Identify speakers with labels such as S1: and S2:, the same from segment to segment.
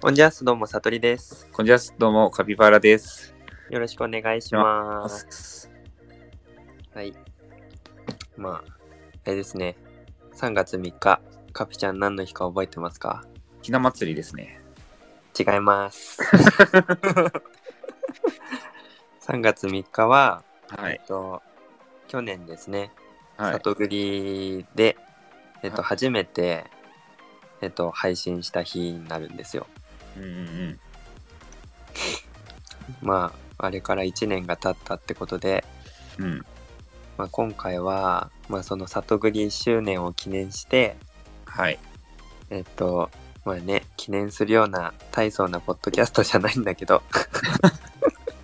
S1: こんじゃす、どうも、さとりです。
S2: こんにちは、どうも、カピバラです。
S1: よろしくお願いします。はい。まあ、あれですね。3月3日、カピちゃん何の日か覚えてますか
S2: ひな祭りですね。
S1: 違い ます。3月3日は、
S2: は
S1: え
S2: い。
S1: っと、去年ですね、
S2: は
S1: 里栗で、えっと、
S2: はい
S1: 初めて、えっと、配信した日になるんですよ。
S2: い。うんうん
S1: まあ、あれから1年が経ったってことで、
S2: うん。うん。
S1: まあ、今回は、まあ、その里栗1周年を記念して、
S2: はい。
S1: えっと、まあね、記念するような大層なポッドキャストじゃないんだけど、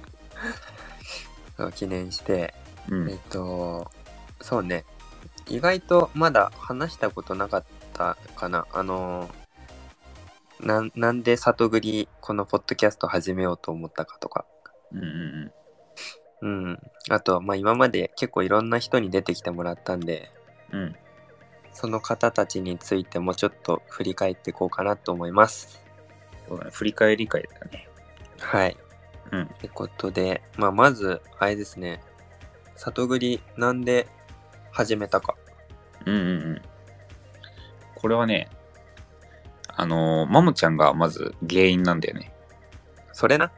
S1: そう記念して、
S2: う
S1: えっ
S2: ん。
S1: と、そうね、意外とまだ話したことなかったかな。あの、なんなんで里栗このポッドキャスト始めようと思ったかとか。
S2: うんうん
S1: うん。あとは、まあ今まで結構いろんな人に出てきてもらったんで、
S2: うん。うん。
S1: その方たちについてもちょっと振り返っていこうかなと思います。
S2: そうだね。振り返り会だね。
S1: はい。
S2: うん
S1: ってことで、まあ、まず、あれですね。里栗、なんで始めたか。
S2: うんうんうん。これはね、あのー、マモちゃんがまず原因なんだよね。
S1: それな。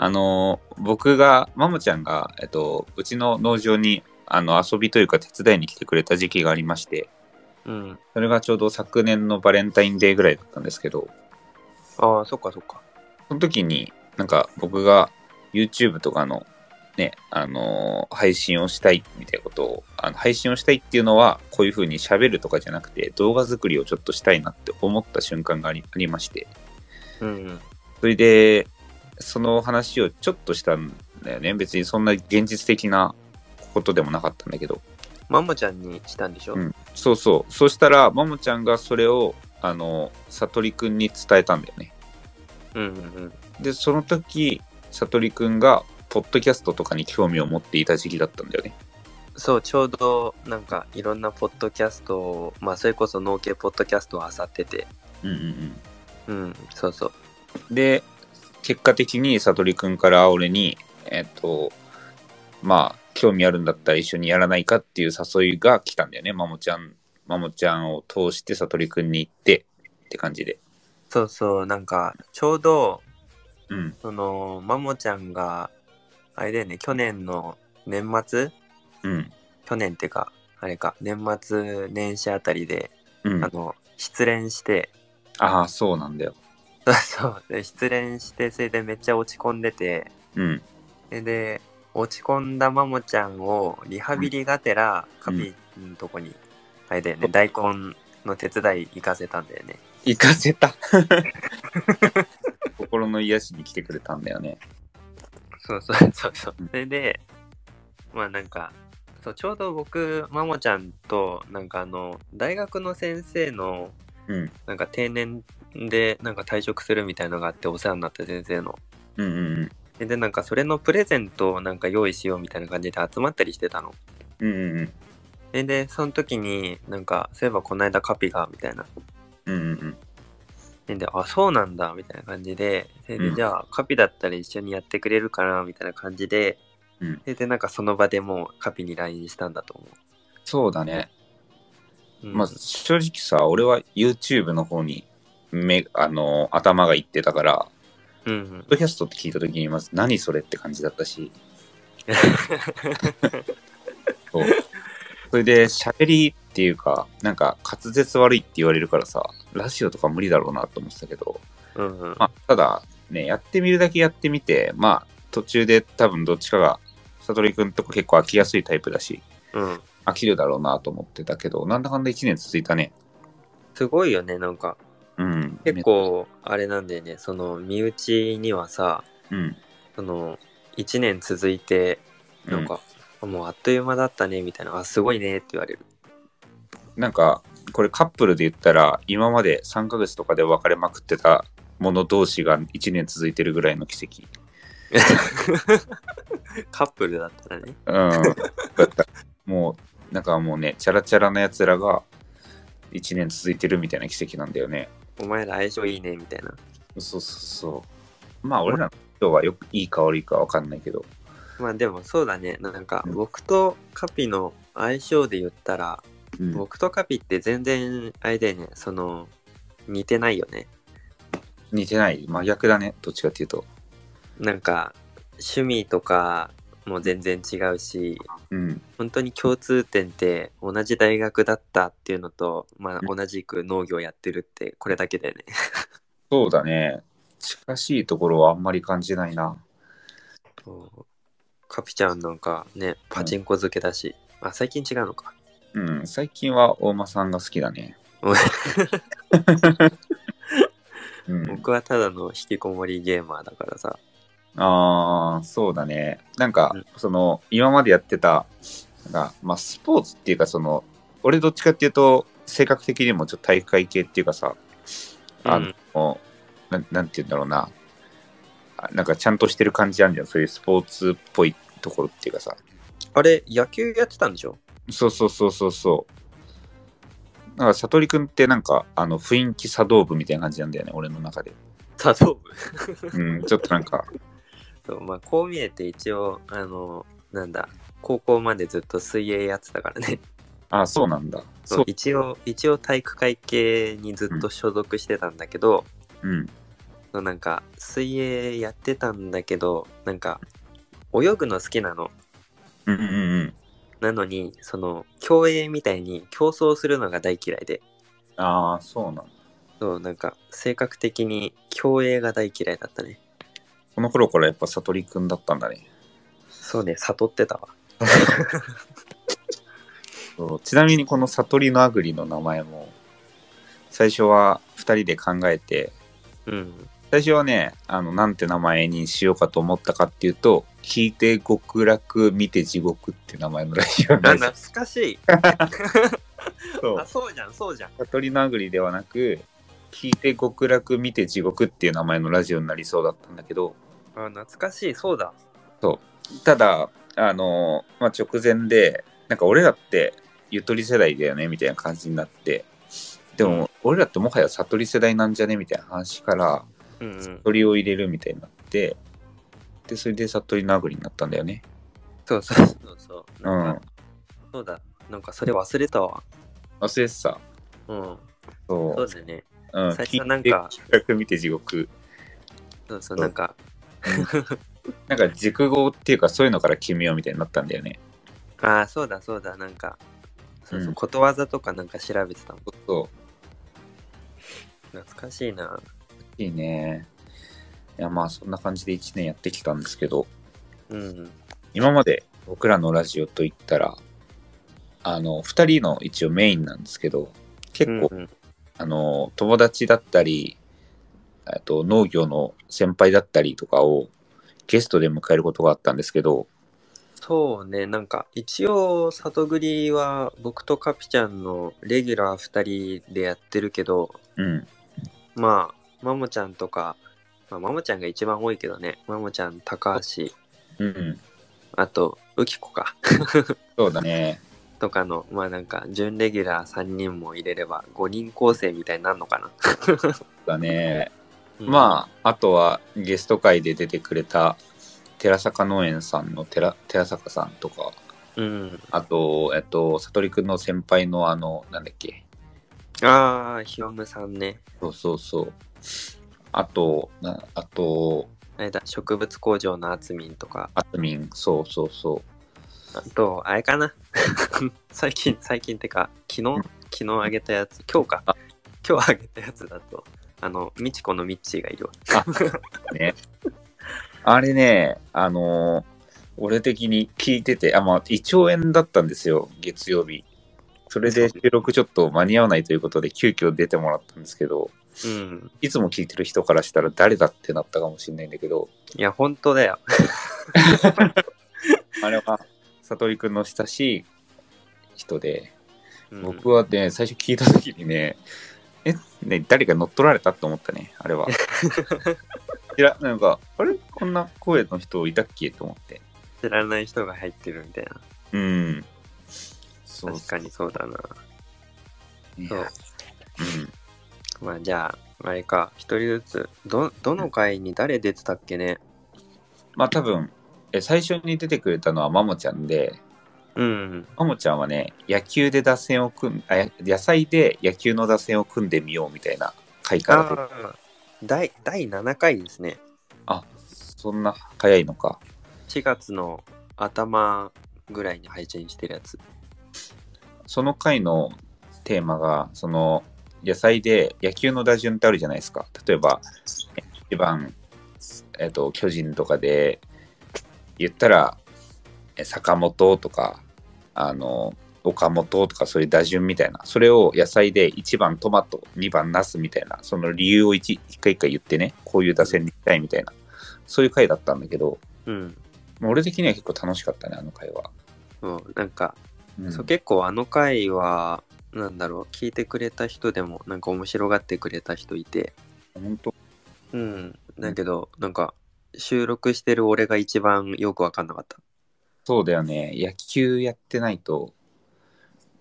S2: あのー、僕が、マモちゃんが、えっと、うちの農場に、あの、遊びというか手伝いに来てくれた時期がありまして、
S1: うん。
S2: それがちょうど昨年のバレンタインデーぐらいだったんですけど、
S1: ああ、そっかそっか。
S2: その時に、なんか僕が YouTube とかのね、あのー配信をしたいみたいなことを、あの配信をしたいっていうのは、こういう風に喋るとかじゃなくて、動画作りをちょっとしたいなって思った瞬間がありありまして、
S1: うん。
S2: それで、その話をちょっとしたんだよね。別にそんな現実的なことでもなかったんだけど。
S1: マモちゃんにしたんでしょ、
S2: うん。そうそう。そうしたら、ももちゃんがそれを、あの、さとりくんに伝えたんだよね。
S1: うんうん
S2: で、その時、さとりくんが、ポッドキャストとかに興味を持っていた時期だったんだよね。
S1: そう、ちょうど、なんか、いろんなポッドキャストを、まあ、それこそ農系ポッドキャストを漁ってて、
S2: うんうん
S1: うん、そうそう。
S2: うん。で、結果的にさとりくんから俺に、えっ、と、まあ、興味あるんだったら一緒にやらないかっていう誘いが来たんだよね。まもちゃん、まもちゃんを通してさとりくんに行ってって感じで。
S1: そうそう、なんか、ちょうど、
S2: うん。
S1: その、マモちゃんが、あれだよね、去年の年末
S2: うん。
S1: 去年ってか、あれか、年末年始あたりで、
S2: うん、
S1: あ
S2: あ
S1: の、失恋して、
S2: あー、そうなんだよ。
S1: そうそう、で失恋して、それでめっちゃ落ち込んでて、
S2: うん。
S1: で、で落ち込んだマモちゃんをリハビリがてら、カピのとこに、あれだよね、大根の手伝い行かせたんだよね。
S2: 行かせ た。心の癒しに来てくれたんだよね。
S1: そう そうそうそう
S2: うん。
S1: それで、まあなんか、そうちょうど僕、マモちゃんと、なんかあの、大学の先生の、
S2: うん。
S1: なんか定年でなんか退職するみたいのがあってお世話になった先生の。
S2: うんうんうん。
S1: ででなんかそれのプレゼントをなんか用意しようみたいな感じで集まったりしてたの。
S2: うんうんうん。
S1: ででその時になんかそういえばこの間カピがみたいな。
S2: うんうんうん。
S1: でであそうなんだみたいな感じでそれで
S2: うん
S1: じゃあカピだったら一緒にやってくれるかなみたいな感じで。
S2: うん
S1: ででなんかその場でもうカピに LINE したんだと思
S2: そうだね。
S1: う。うん
S2: まあ、正直さ、俺は YouTube の方に目、あの、頭がいってたから、
S1: うん
S2: ポッドキャストって聞いた時に、まず何それって感じだった し。そう。それで、喋りっていうか、なんか滑舌悪いって言われるからさ、ラジオとか無理だろうなと思ってたけど、
S1: うんうん
S2: まあ、ただ、ね、やってみるだけやってみて、まあ、途中で多分どっちかが、さとりくんとか結構飽きやすいタイプだし、
S1: うん。
S2: 飽きるだろうなと思ってたけど、なんだかんだ1年続いたね。
S1: すごいよねなんか
S2: うん。
S1: 結構あれなんだよねその身内にはさ
S2: うん。
S1: その1年続いてなんか、もうあっという間だったねみたいなあすごいねって言われる
S2: なんか、これカップルで言ったら、今まで3ヶ月とかで別れまくってたもの同士が1年続いてるぐらいの奇跡。
S1: カップルだったらね
S2: うん。だったもう、なんかもうね、チャラチャラなやつらが1年続いてるみたいな奇跡なんだよね。
S1: お前ら相性いいねみたいな
S2: そうそうそう。まあ、俺らの今日はよくいい香りかわかんないけど、
S1: まあでもそうだねなんか
S2: うん
S1: 僕とカピの相性で言ったら、
S2: うん、
S1: 僕とカピって全然あれだよねその似てないよね
S2: 似てない。真逆だね。どっちかっていうと。
S1: なんか趣味とかも全然違うし
S2: うん。
S1: 本当に共通点って同じ大学だったっていうのと、まあ、
S2: う
S1: 同じく農業やってるってこれだけだよね
S2: そうだね。近しいところはあんまり感じないな。
S1: そうカピちゃんなんかねパチンコ漬けだし、あ最近違うのか
S2: うん。最近は大間さんが好きだね。うん、
S1: 僕はただの引きこもりゲーマーだからさ
S2: ああ、そうだね。なんか、
S1: うん
S2: その、今までやってた、なんか、まあ、スポーツっていうか、その、俺どっちかっていうと、性格的にもちょっと体育会系っていうかさ、あの、なん、なんて言うんだろうな。あなんかちゃんとしてる感じあんじゃん。そういうスポーツっぽいところっていうかさ。
S1: あれ野球やってたんでしょ
S2: そうそうそうそうそう。なんか、悟りくんってなんか、あの、雰囲気茶道部みたいな感じなんだよね、俺の中で。
S1: 茶道部
S2: うん、ちょっとなんか、
S1: そうまあこう見えて一応あのなんだ高校までずっと水泳やってたからね
S2: ああ、そうなんだ。
S1: そ
S2: そう
S1: う。一応一応体育会系にずっと所属してたんだけど、
S2: うん。
S1: そうなんか水泳やってたんだけどなんか泳ぐの好きなの
S2: うんうんうん。
S1: なのにその競泳みたいに競争するのが大嫌いで
S2: ああ、そうなんだ。
S1: そうなんか性格的に競泳が大嫌いだったね
S2: この頃からやっぱ悟りくんだったんだね。
S1: そうね悟ってたわ
S2: そうちなみにこの悟りのアグリの名前も、最初は2人で考えて、
S1: うん
S2: 最初はね、あの、なんて名前にしようかと思ったかっていうと、聞いて極楽、見て地獄って名前のラジオ
S1: あ
S2: なんで
S1: 懐かしい
S2: すそ
S1: あ
S2: う。
S1: そうじゃんそうじゃん
S2: 悟りのアグリではなく、聞いて極楽、見て地獄っていう名前のラジオになりそうだったんだけど、
S1: あ懐かしいそうだ
S2: ただ、あの、まあ、直前で、なんか俺らってゆとり世代だよねみたいな感じになって、でも俺らってもはや悟り世代なんじゃねみたいな話から、
S1: うんうん
S2: 悟りを入れるみたいになって、で、それで悟りのアグリになったんだよね。
S1: そうそうそうそう
S2: う
S1: なん
S2: ん
S1: か、。そうだなんかそれ忘れたわ
S2: 忘れてた。
S1: うん
S2: そ
S1: そう
S2: う。
S1: だよね
S2: うん、
S1: 最初なんか
S2: 聞いて企画見て地獄。
S1: そうそう
S2: そう
S1: なんか
S2: なんか熟語っていうかそういうのから決めようみたいになったんだよね。
S1: ああそうだそうだなんかそうそう、
S2: うん
S1: ことわざとかなんか調べてたもん
S2: そう。
S1: 懐かしいない
S2: いね。いや、まあそんな感じで1年やってきたんですけど、
S1: うん
S2: 今まで僕らのラジオといったらあの2人の一応メインなんですけど結構、
S1: うんうん
S2: あの友達だったりあと農業の先輩だったりとかをゲストで迎えることがあったんですけど
S1: そうねなんか一応里栗は僕とカピちゃんのレギュラー2人でやってるけど
S2: うん
S1: まあマモちゃんとか、まあ、マモちゃんが一番多いけどねマモちゃん高橋
S2: うん
S1: あとウキコか
S2: そうだね
S1: とかのまあなんか準レギュラー3人も入れれば5人構成みたいになるのかな、
S2: だね、まああとはゲスト会で出てくれた寺坂農園さんの寺寺坂さんとか
S1: あうん
S2: あとえっと悟りくんの先輩のあのなんだっけ
S1: ああヒロムさんね
S2: そうそうそう。あと、なあと、
S1: あれだ植物工場のあつみんとか
S2: あつみん、そうそうそ
S1: あとあれかな 最近最近ってか昨日昨日あげたやつ今日か今日あげたやつだとあのみちこのミッチーがいるわ
S2: う。ね。あれね、あのー俺的に聞いてて、あ、まあ、胃腸炎だったんですよ、月曜日。それで収録ちょっと間に合わないということで、急遽出てもらったんですけど、
S1: うん
S2: いつも聞いてる人からしたら誰だってなったかもしれないんだけど、
S1: いや本当だよ
S2: あれは、悟りくんの親しい人で、
S1: うん
S2: 僕はね、最初聞いた時にね、え、ね、誰か乗っ取られたと思ったね、あれは。 いや、なんか、あれこんな声の人いたっけと思って。
S1: 知らない人が入ってるみたいな
S2: うん。そう
S1: 確かにそうだな
S2: に
S1: そう
S2: うん。
S1: まあじゃああれか、一人ずつ。ど、どの回に誰出てたっけね。
S2: まあ多分、え最初に出てくれたのはマモちゃんで、
S1: うん。
S2: マモちゃんはね、野球で打線を組ん、あ、や野菜で野球の打線を組んでみようみたいな回から出て
S1: あー第、第7回ですね。
S2: あ、そんな早いのか。
S1: 4月の頭ぐらいに配信してるやつ。
S2: その回のテーマが、その、野菜で野球の打順ってあるじゃないですか。例えば、1番、えっと、巨人とかで、言ったら、え坂本とか、あの、岡本とかそういう打順みたいな、それを野菜で1番トマト、2番ナスみたいな、その理由を一一回一回言ってね、こういう打線に行きたいみたいな、そういう回だったんだけど、
S1: うん。
S2: もう俺的には結構楽しかったね、あの回は。
S1: もうなんか、
S2: うん
S1: そう結構あの回は、なんだろう、聞いてくれた人でも、なんか面白がってくれた人いて。
S2: 本当
S1: うん。だけど、なんか、収録してる俺が一番よくわかんなかった。
S2: そうだよね。野球やってないと、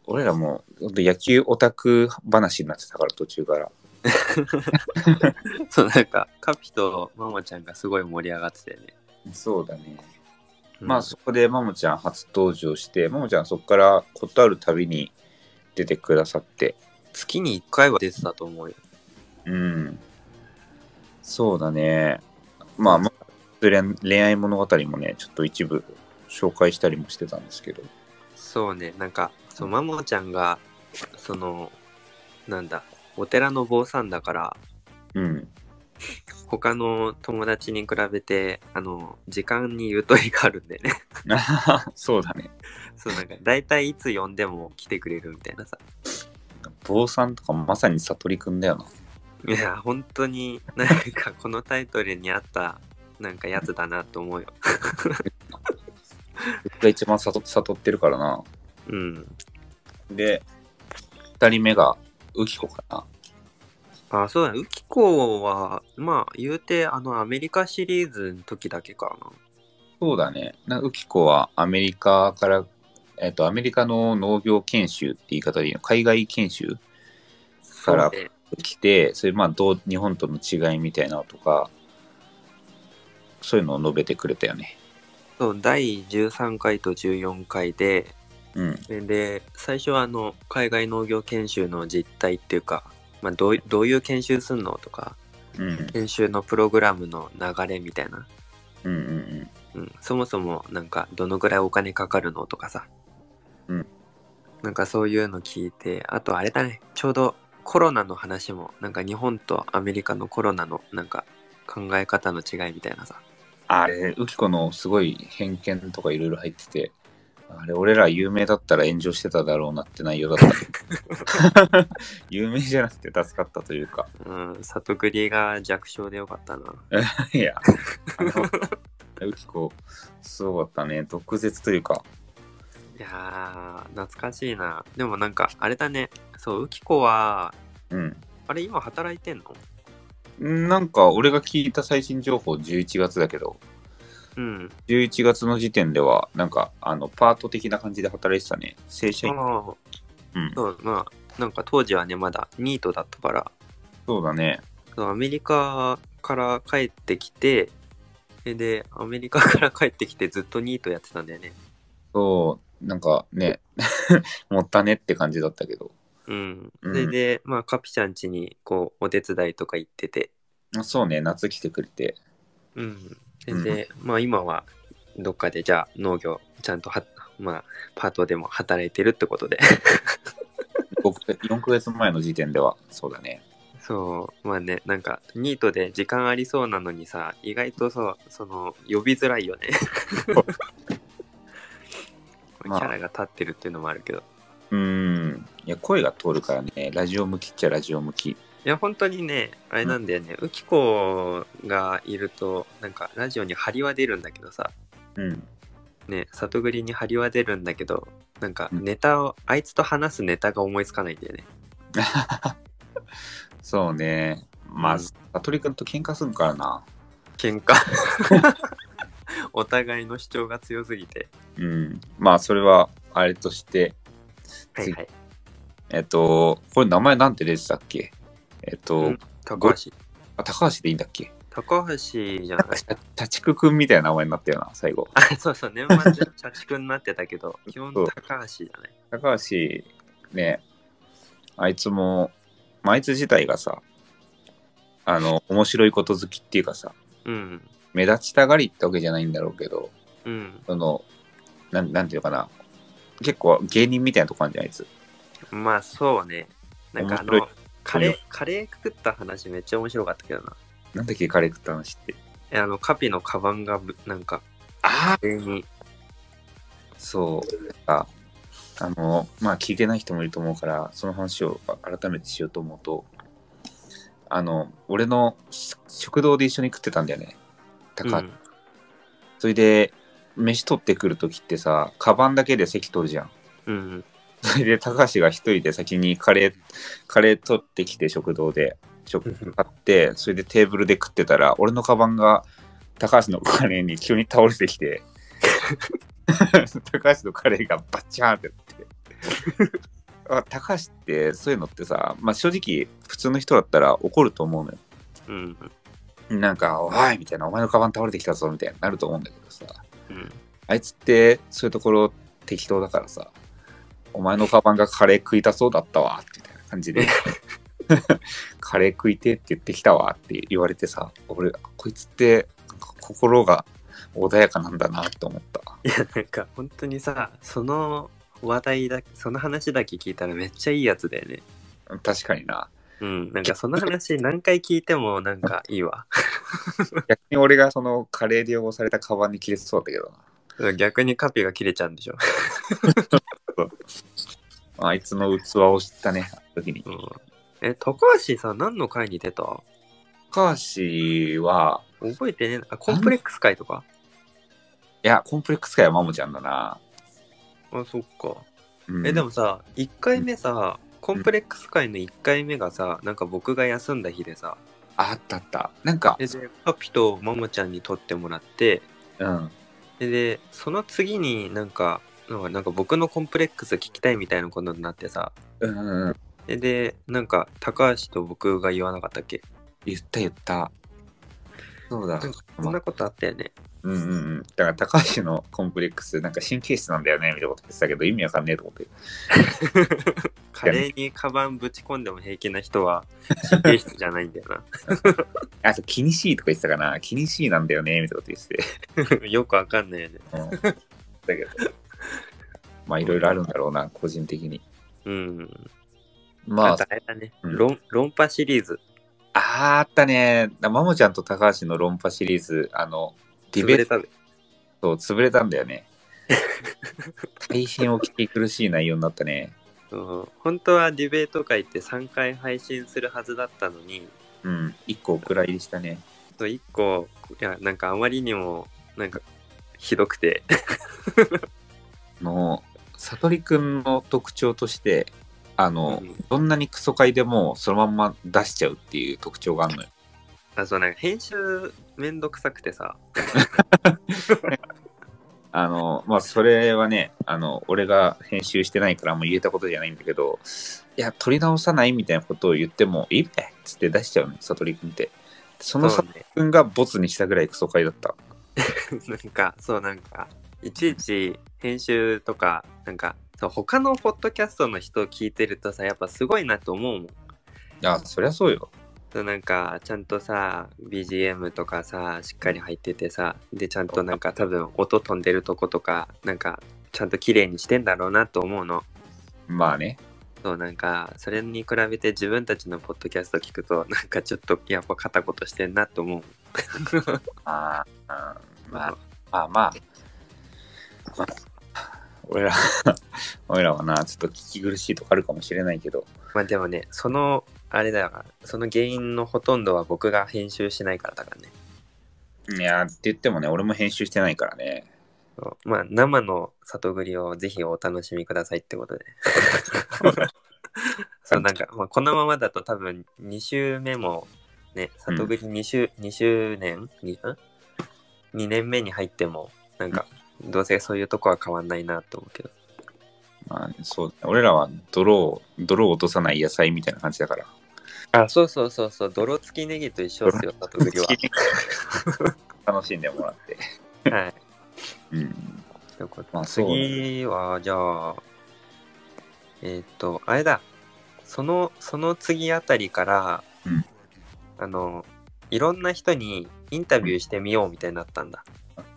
S2: 俺らもうほんと野球オタク話になってたから途中から。
S1: そう、なんか、カピとママちゃんがすごい盛り上がってたよね。
S2: そうだね。
S1: うん
S2: まあそこでマモちゃん初登場して、マモちゃんそこからことあるたびに出てくださって。
S1: 月に1回は出てたと思うよ。
S2: うん。そうだね。まあ、まあ恋恋愛物語もね、ちょっと一部紹介したりもしてたんですけど。
S1: そうね、なんか、そう、マモちゃんが、その、なんだ、お寺の坊さんだから、
S2: うん。
S1: 他の友達に比べて、あの、時間にゆとりがあるんでね。
S2: そうだね。
S1: そう、なんか、大体いつ呼んでも来てくれるみたいなさ。
S2: 坊さんとかまさに悟りくんだよな。
S1: いや、本当になんか、このタイトルに合った、なんかやつだなと思うよ。
S2: 僕が一番悟悟ってるからな。
S1: うん。
S2: で、二人目が、ウキコかな。
S1: あ、そうだ、ウキコは、まあ、言うて、あの、アメリカシリーズの時だけかな。
S2: そうだね。なウキコはアメリカから、えっ、と、アメリカの農業研修って言い方でいいの海外研修から
S1: そうね
S2: 来て、それまあ、どう、日本との違いみたいなのとか、そういうのを述べてくれたよね。
S1: そう第13回と14回で
S2: うん。
S1: で最初はあの海外農業研修の実態っていうか、まあ、どうどういう研修すんのとか
S2: うん。うん
S1: 研修のプログラムの流れみたいな、
S2: うんうん。
S1: うん、そもそもなんかどのぐらいお金かかるのとかさ、
S2: うん、
S1: なんかそういうの聞いてあとあれだねちょうどコロナの話もなんか日本とアメリカのコロナのなんか考え方の違いみたいなさ
S2: あれ、ウキコのすごい偏見とかいろいろ入ってて、あれ、俺ら有名だったら炎上してただろうなって内容だった。 有名じゃなくて助かったというか。
S1: うん里栗が弱小でよかったない
S2: や、あの、ウキコ、すごかったね。毒舌というか、
S1: いやー、懐かしいな。でもなんか、あれだね。そう、ウキコは、
S2: うん。
S1: あれ今働いてんの
S2: なんか、俺が聞いた最新情報11月だけど、
S1: うん。
S2: 11月の時点では、なんか、あの、パート的な感じで働いてたね。正社
S1: あ
S2: 員。
S1: あ、
S2: うん。
S1: そう、まあ、なんか当時はね、まだニートだったから、
S2: そうだね。
S1: そうアメリカから帰ってきて、えで、アメリカから帰ってきてずっとニートやってたんだよね。
S2: そう、なんかね、 もったねって感じだったけど。
S1: うん。
S2: うん
S1: それで、まあ、カピちゃん家に、こう、お手伝いとか行ってて、
S2: あそうね、夏来てくれて。
S1: うん。それで、まあ今は、どっかでじゃあ農業、ちゃんとは、まあ、パートでも働いてるってことで。
S2: 僕4ヶ月前の時点では、そうだね。
S1: そう、まあね、なんか、ニートで時間ありそうなのにさ、意外とそう、その、呼びづらいよね。 キ
S2: まあ
S1: ャラが立ってるっていうのもあるけど。
S2: うん。いや、声が通るからね、ラジオ向きっちゃラジオ向き。
S1: いや、本当にね、あれなんだよね、ウキコがいると、なんか、ラジオに張りは出るんだけどさ、
S2: うん。
S1: ね、里栗に張りは出るんだけど、なんか、
S2: うん
S1: ネタを、あいつと話すネタが思いつかないんだよね。
S2: そうね。まあ、悟りくんと喧嘩するからな。
S1: 喧嘩。お互いの主張が強すぎて。
S2: うん。まあ、それは、あれとして、
S1: はいはい。
S2: えっと、これ名前なんて出てたっけえっと、
S1: うん高橋。
S2: あ、高橋でいいんだっけ
S1: 高橋じゃな
S2: な
S1: ん
S2: か
S1: い。、
S2: たちくくんみたいな名前になったよな、最後。
S1: あ、 そうそう、年末、社畜になってたけ ど、基本高橋じゃない。
S2: 高橋、ね、あいつも、まああいつ自体がさ、あの、面白いこと好きっていうかさ、
S1: うん。
S2: 目立ちたがりってわけじゃないんだろうけど、
S1: うん。
S2: その、なんなんていうのかな、結構芸人みたいなとこあるんじゃん、あいつ。
S1: まあ、そうね。なんかあ
S2: 面白
S1: の、カレー、カレー食った話めっちゃ面白かったけどな。
S2: なんだっけ、カレー食った話って。
S1: え、あの、カピのカバンがぶ、なんか、
S2: ああ
S1: 上に、
S2: そう。ああの、まあ、聞いてない人もいると思うから、その話を改めてしようと思うと、あの、俺のし食堂で一緒に食ってたんだよね。
S1: う
S2: 高橋
S1: ん、
S2: それで、飯取ってくるときってさ、カバンだけで席取るじゃん。
S1: うん、
S2: それで、高橋が一人で先にカレー、カレー取ってきて食堂で、食買って、それでテーブルで食ってたら、俺のカバンが高橋のカレーに急に倒れてきて、 高橋のカレーがバッチャーンってなって。あ高橋ってそういうのってさ、まあ、正直普通の人だったら怒ると思うのよ。
S1: うん、
S2: なんか、おいみたいな、お前のカバン倒れてきたぞみたいになると思うんだけどさ。
S1: うん。
S2: あいつってそういうところ適当だからさ、お前のカバンがカレー食いたそうだったわ、みたいな感 じで、カレー食いてって言ってきたわって言われてさ、俺、こいつってなんか心が穏やかなんだなって思った。
S1: いや、なんか、本当にさ、その話題だ、その話だけ聞いたらめっちゃいいやつだよね。
S2: 確かにな。
S1: うん、なんかその話何回聞いてもなんかいいわ。
S2: 逆に俺がそのカレーで汚されたカバンに切れてそうだったけどな。
S1: 逆にカピが切れちゃうんでしょ。
S2: あいつの器を知ったね、あの時に。
S1: うん、え、高橋さん何の回に出た
S2: 高橋は、
S1: 覚えてねえなあ、コンプレックス回とか
S2: いや、コンプレックス界はマモちゃんだな。
S1: あ、そっか。
S2: うん
S1: え、でもさ、1回目さ、コンプレックス回の1回目がさ、なんか僕が休んだ日でさ、
S2: あったあった。なんか、
S1: で、でカピとマモちゃんに撮ってもらって、
S2: うん。
S1: ででその次になんかなんかなんか僕のコンプレックス聞きたいみたいなことになってさ
S2: うんうんうん。
S1: ででなんか高橋と僕が言わなかったっけ
S2: 言った言った。そうだ。
S1: そんなことあったよね
S2: うんうんうん。だから高橋のコンプレックス、なんか神経質なんだよね、みたいなこと言ってたけど、意味わかんねえと思って。
S1: カレーにカバンぶち込んでも平気な人は神経質じゃないんだよ
S2: あと、気にしいとか言ってたかな。気にしいなんだよね、みたいなこと言ってて。
S1: な よくわかんないよね
S2: うん、だけ ど。まあ、いろいろあるんだろうな、個人的に。
S1: うん
S2: まあ、
S1: とあれだね、
S2: うん
S1: 論論破シリーズ
S2: あーあったね。だマモちゃんと高橋の論破シリーズ、あの、ディベ
S1: 潰れ
S2: ー
S1: たべ
S2: ト潰れたんだよ ね。大変お聞き苦しい内容になったね。
S1: うん本当はディベート会って3回配信するはずだったのに
S2: うん、一個お蔵入りしたね。
S1: そう一個いやなんかあまりにもなんかひどくて
S2: あの、さとりくんの特徴として、あの、
S1: うん
S2: どんなにクソ回でもそのまんま出しちゃうっていう特徴があるのよ。
S1: あそうなんか編集めんどくさくてさ
S2: あの、まあ、それはね、あの、俺が編集してないからあんま言えたことじゃないんだけど、いや、撮り直さないみたいなことを言っても、いいべっつって出しちゃうのよ、さとりくんって。その
S1: そ
S2: さ
S1: う
S2: とりくんがボツにしたぐらいクソ回だった。
S1: ね なんかそうなんかいちいち編集とかなんかそう他のポッドキャストの人を聞いてるとさやっぱすごいなと思うもん
S2: あ、そりゃそうよ。
S1: そうなんかちゃんとさ BGM とかさしっかり入っててさでちゃんとなんか多分音飛んでるとことかなんかちゃんと綺麗にしてんだろうなと思うの
S2: まあね。
S1: そうなんかそれに比べて自分たちのポッドキャスト聞くとなんかちょっとやっぱ片言してんなと思う
S2: あーあー、まあまあまあ、まあ、俺ら、 俺らはな、ちょっと聞き苦しいとこあるかもしれないけど、
S1: まあでもね、その、あれだよな、その原因のほとんどは僕が編集しないからだからね。
S2: いやーって言ってもね、俺も編集してないからね。
S1: そうまあ、生の里栗をぜひお楽しみくださいって ことで。そう、なんか、まあ、このままだと多分2週目も、ね、里栗2週、2周年にん ?2 年目に入っても、なんか、どうせそういうとこは変わんないなと思うけど。
S2: まあ、そう、俺らは泥を、泥を落とさない野菜みたいな感じだから。
S1: あ、そうそうそうそう、泥付きネギと一緒ですよ、里栗は。
S2: 楽しんでもらって。
S1: はい。
S2: うん。
S1: ということ
S2: まあそうね
S1: 次は、じゃあ、えーっと、あれだ、その、その次あたりから、
S2: うん
S1: あの、いろんな人にインタビューしてみようみたいになったんだ。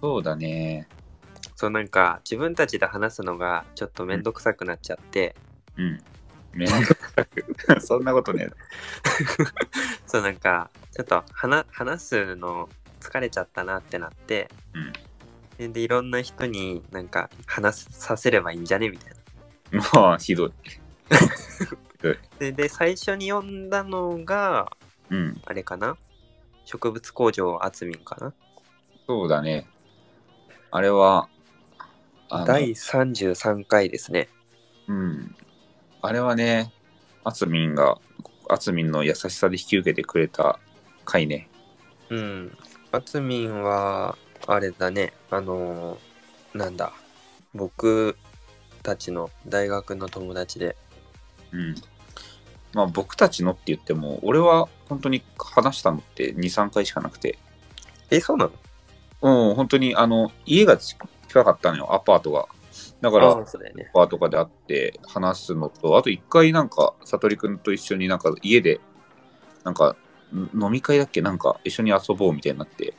S2: そうだね。
S1: そうなんか、自分たちで話すのがちょっとめんどくさくなっちゃって、
S2: うん。めんどくさく そんなことね
S1: そうなんか、ちょっと話話すの疲れちゃったなってなって、
S2: うん
S1: それでいろんな人になんか話させればいいんじゃねみたいな。
S2: え。まあ、ひどい。
S1: それで、最初に読んだのが、
S2: うん。
S1: あれかな植物工場あつみんかな
S2: そうだね。あれは、あの
S1: 第33回ですね。
S2: うん。あれはね、あつみんが、あつみんの優しさで引き受けてくれた回ね。
S1: うん。あつみんは、あれだね、あのーなんだ、僕たちの大学の友達で、
S2: うん。まあ、僕たちのって言っても、俺は本当に話したのって2、3回しかなくて。
S1: え、そうなの
S2: うん、本当に、あの、家が近かったのよ、アパートが。だから、
S1: あそうだよね。
S2: バーとかで会って話すのと、あと一回なんか、さとりくんと一緒になんか家で、なんか、ん飲み会だっけなんか一緒に遊ぼうみたいになって、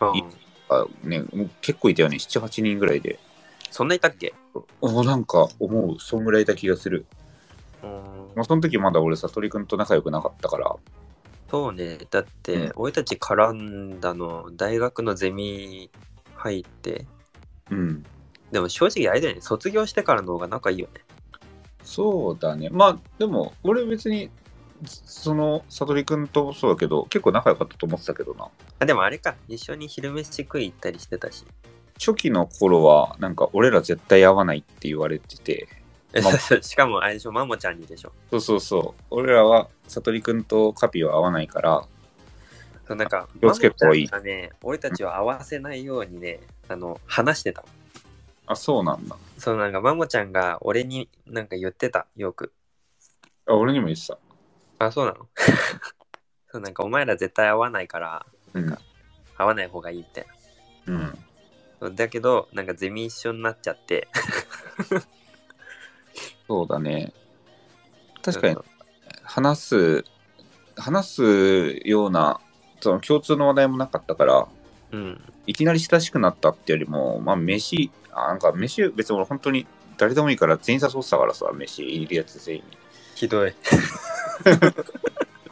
S1: うん
S2: いあね、もう結構いたよね、7、8人ぐらいで。
S1: そんないたっけ
S2: おなんか思う、そんぐらいいた気がする。
S1: うん
S2: まあ、その時まだ俺さとりくんと仲良くなかったから、
S1: そうね、だって、
S2: うん
S1: 俺たち絡んだの、大学のゼミ入って、
S2: うん。
S1: でも正直あれだよね、卒業してからの方が仲いいよね。
S2: そうだね。まあ、でも、俺別に、その、さとりくんともそうだけど、結構仲良かったと思ってたけどな。
S1: あ、でもあれか、一緒に昼飯食い行ったりしてたし。
S2: 初期の頃は、なんか、俺ら絶対会わないって言われてて、
S1: え
S2: ま
S1: そうそう しかもあれでしょ、マモちゃんにでしょ。
S2: そうそうそう。俺らは、さとりくんとカピは合わないから、
S1: そうなんか、
S2: 気をつけた方がいい
S1: マモちゃんがね、俺たちを合わせないようにね、あの、話してたの。
S2: あ、そうなんだ。
S1: そうなんか、マモちゃんが俺になんか言ってた、よく。
S2: あ、俺にも言ってた。
S1: あ、そうなの そうなんか、お前ら絶対合わないから、
S2: うん。
S1: 合わない方がいいみたいな
S2: うん。。
S1: そうだけど、なんかゼミ一緒になっちゃって。
S2: そうだね。確かに、話す、話すような、その共通の話題もなかったから、
S1: うん。
S2: いきなり親しくなったってよりも、まあ、飯、あなんか飯、別に俺本当に誰でもいいから全員誘ってたからさ、飯いるやつ全員に。
S1: ひどい。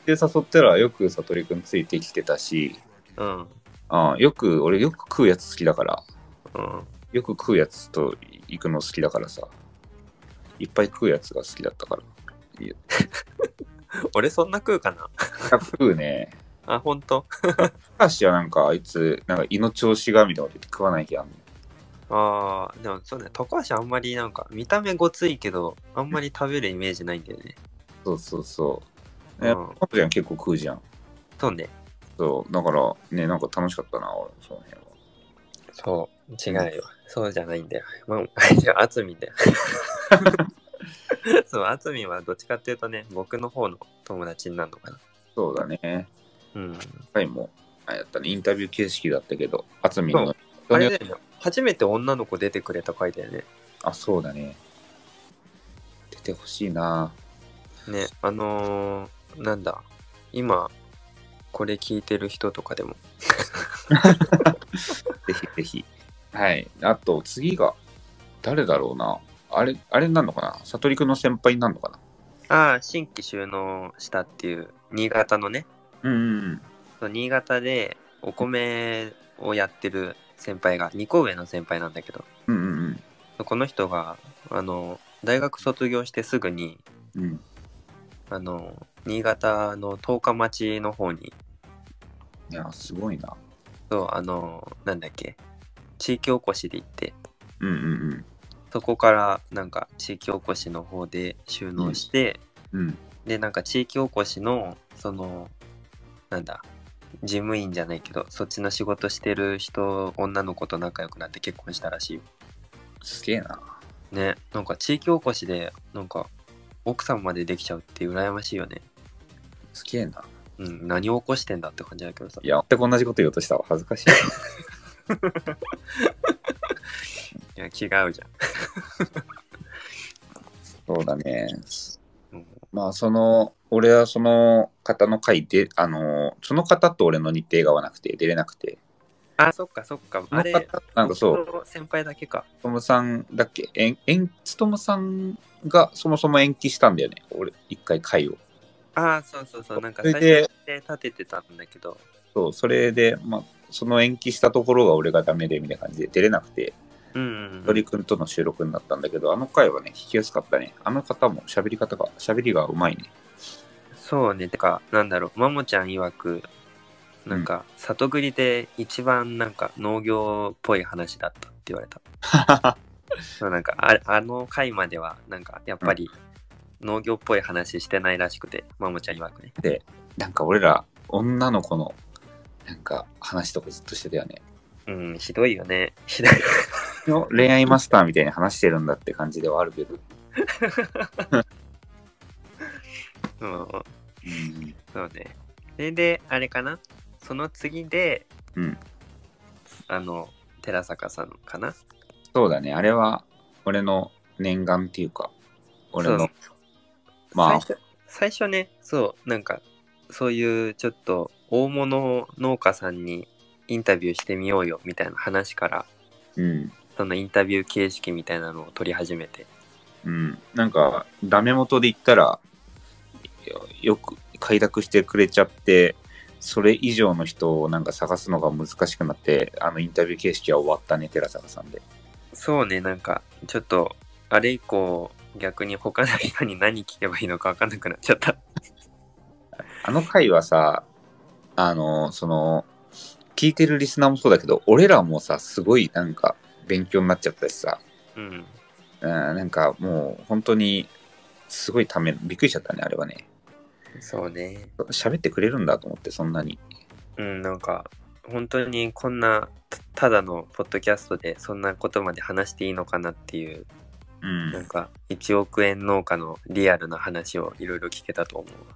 S2: で、誘ったらよくさとりくんついてきてたし、
S1: うん。
S2: あよく、俺よく食うやつ好きだから、
S1: うん。
S2: よく食うやつと行くの好きだからさ、いっぱい食うやつが好きだったから。
S1: 俺そんな食うかな
S2: 食うね。
S1: あ、ほんと
S2: 高橋はなんかあいつ、なんか胃の調子がみたいなこと言って食わない気あんの
S1: ああ、でもそうだね。高橋あんまりなんか、見た目ごついけど、あんまり食べるイメージないんだよね。
S2: そうそうそう。
S1: う
S2: え、
S1: ん
S2: パパちゃん結構食うじゃん。
S1: そうね。
S2: そう、だからね、なんか楽しかったな、俺、その辺は。
S1: そう。違うよ。そうじゃないんだよ。まあ、 じゃあ、あつみん だよ。そう、あつみんはどっちかっていうとね、僕の方の友達になるのかな。
S2: そうだね。
S1: うん。
S2: 回も、あれだったね、インタビュー形式だったけど、あつみん
S1: そ
S2: の。
S1: あれだよね。初めて女の子出てくれた回だよね。
S2: あ、そうだね。出てほしいな。
S1: ね、あのー、なんだ。今、これ聞いてる人とかでも。
S2: ぜひぜひ。はい。あと、次が、誰だろうな。あれ、あれになるのかな悟りくんの先輩になるのかな
S1: ああ、新規収納したっていう、新潟のね、
S2: うんうんうん。
S1: そう新潟でお米をやってる先輩が2個上の先輩なんだけど
S2: うんうん
S1: この人があの大学卒業してすぐに
S2: うん。うん。
S1: あの新潟の十日町の方に
S2: いや、すごいな。
S1: そうあのなんだっけ地域おこしで行って
S2: うんうん
S1: そこからなんか地域おこしの方で収納して、
S2: うん。うん。
S1: でなんか地域おこしのそのなんだ事務員じゃないけどそっちの仕事してる人女の子と仲良くなって結婚したらしいよ
S2: すげえな。
S1: ねなんか地域おこしでなんか奥さんまでできちゃうって羨ましいよね
S2: すげえな。
S1: うん、何を起こしてんだって感じだけどさ
S2: い。や、全く同じこと言おうとしたわ。恥ず かしい。
S1: いや、気が合うじゃ
S2: そうだね。
S1: ん。うん
S2: まあ、その、俺はその方の回で、あのーその方と俺の日程が合わなくて、出れなくて。
S1: あ、そっかそっか。
S2: そ
S1: あ
S2: の
S1: れ、
S2: 方、なんかそう、
S1: 僕の先輩だけか。
S2: つともさんだっけえん、えん、つともさんがそもそも延期したんだよね。俺、一回回を。
S1: ああ、そうそうそう。なんか
S2: それ
S1: 最
S2: で
S1: 初で立ててたんだけど。
S2: そう、それで、まあ、その延期したところが俺がダメで、みたいな感じで出れなくて、
S1: うんうんうん、
S2: 鳥くんとの収録になったんだけど、あの回はね、聞きやすかったね。あの方も喋り方が、喋りがうまいね。
S1: そうね。てか、なんだろう、ももちゃん曰く、なんか、里栗で一番なんか農業っぽい話だったって言われた。そうなんかあ、あの回までは、なんか、やっぱり農業っぽい話してないらしくて、ももちゃん曰くね。
S2: なんか俺ら、女の子の、なんか話とかずっとしてたよね。
S1: うん、ひどいよね。ひどい。
S2: の恋愛マスターみたいに話してるんだって感じではあるけど。
S1: うん、
S2: うん。
S1: そうね。それで、あれかなその次で、
S2: うん
S1: あの、寺坂さんかな
S2: そうだね。あれは、俺の念願っていうか、俺
S1: そ
S2: の
S1: う、
S2: ま
S1: 最
S2: あ
S1: 初最初ねそうなんかそういうちょっと大物農家さんにインタビューしてみようよみたいな話から
S2: うん。
S1: そのインタビュー形式みたいなのを取り始めて
S2: うん。なんか、ダメ元で言ったら、よよく快諾してくれちゃって、それ以上の人をなんか探すのが難しくなって、あのインタビュー形式は終わったね、寺坂さんで。
S1: そうねなんかちょっとあれ以降逆に他の人に何聞けばいいのか分かんなくなっちゃった
S2: あの回はさ、あの、その、聞いてるリスナーもそうだけど、俺らもさ、すごいなんか勉強になっちゃったしさ、
S1: うん
S2: うん、なんかもう本当に、すごいため、びっくりしちゃったね、あれはね。
S1: そうね
S2: 喋ってくれるんだと思って、そんなに。
S1: うんなんか本当にこんなたただのポッドキャストでそんなことまで話していいのかなっていう
S2: う
S1: なん
S2: ん。
S1: か1億円農家のリアルな話をいろいろ聞けたと思うわ。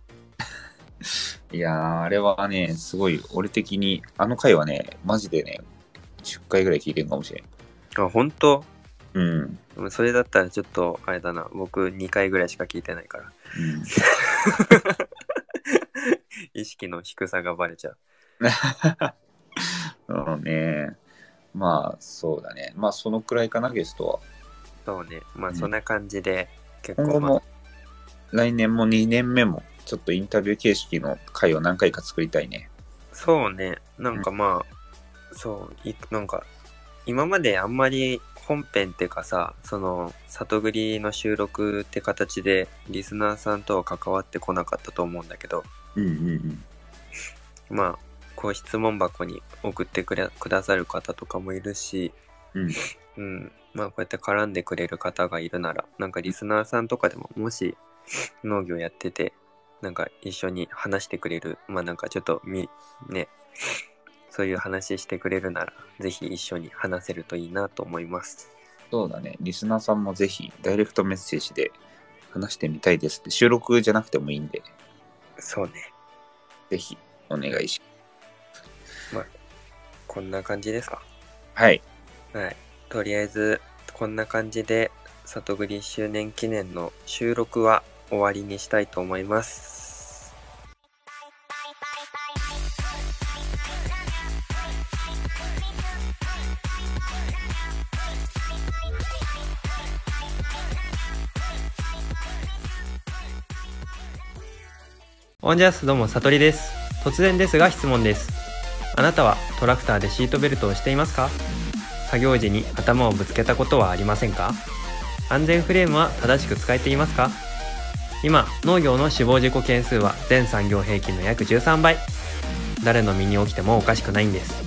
S2: いやー、あれはね、すごい、俺的に、あの回はね、マジでね、10回ぐらい聞いてるかもしれん。
S1: あ本当
S2: うん。
S1: うんそれだったらちょっとあれだな僕2回ぐらいしか聞いてないから意識の低さがバレちゃう。
S2: うん。うんね。まあ、そうだね。まあ、そのくらいかな、ゲストは。
S1: そうねま
S2: う
S1: あ
S2: ん
S1: そんな感じで結
S2: 今
S1: 構、
S2: 後
S1: まあ
S2: も来年も2年目もちょっとインタビュー形式の回を何回か作りたいね。
S1: そうねなんかまあそういなんか今まであんまり本編っていうかさその里栗の収録って形でリスナーさんとは関わってこなかったと思うんだけど
S2: うんうんうん。
S1: まあ、こう質問箱に送ってくれくださる方とかもいるし、
S2: うん
S1: うんまあこうやって絡んでくれる方がいるなら、なんかリスナーさんとかでも、もし農業やってて、なんか一緒に話してくれる、まあなんかちょっとみ、ね、そういう話してくれるなら、ぜひ一緒に話せるといいなと思います。
S2: そうだね。リスナーさんもぜひダイレクトメッセージで話してみたいですって収録じゃなくてもいいんで、
S1: そうね。
S2: ぜひお願いしま
S1: こんな感じですか。
S2: す。はい。
S1: はい。とりあえず、こんな感じで、里栗周年記念の収録は終わりにしたいと思います。オンジャースどうも、さとりです。突然ですが質問です。あなたはトラクターでシートベルトをしていますか作業時に頭をぶつけたことはありませんか安全フレームは正しく使えていますか今農業の死亡事故件数は全産業平均の約13倍誰の身に起きてもおかしくないんです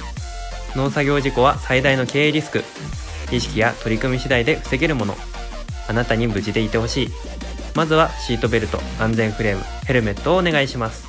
S1: 農作業事故は最大の経営リスク意識や取り組み次第で防げるものあなたに無事でいてほしいまずはシートベルト安全フレームヘルメットをお願いします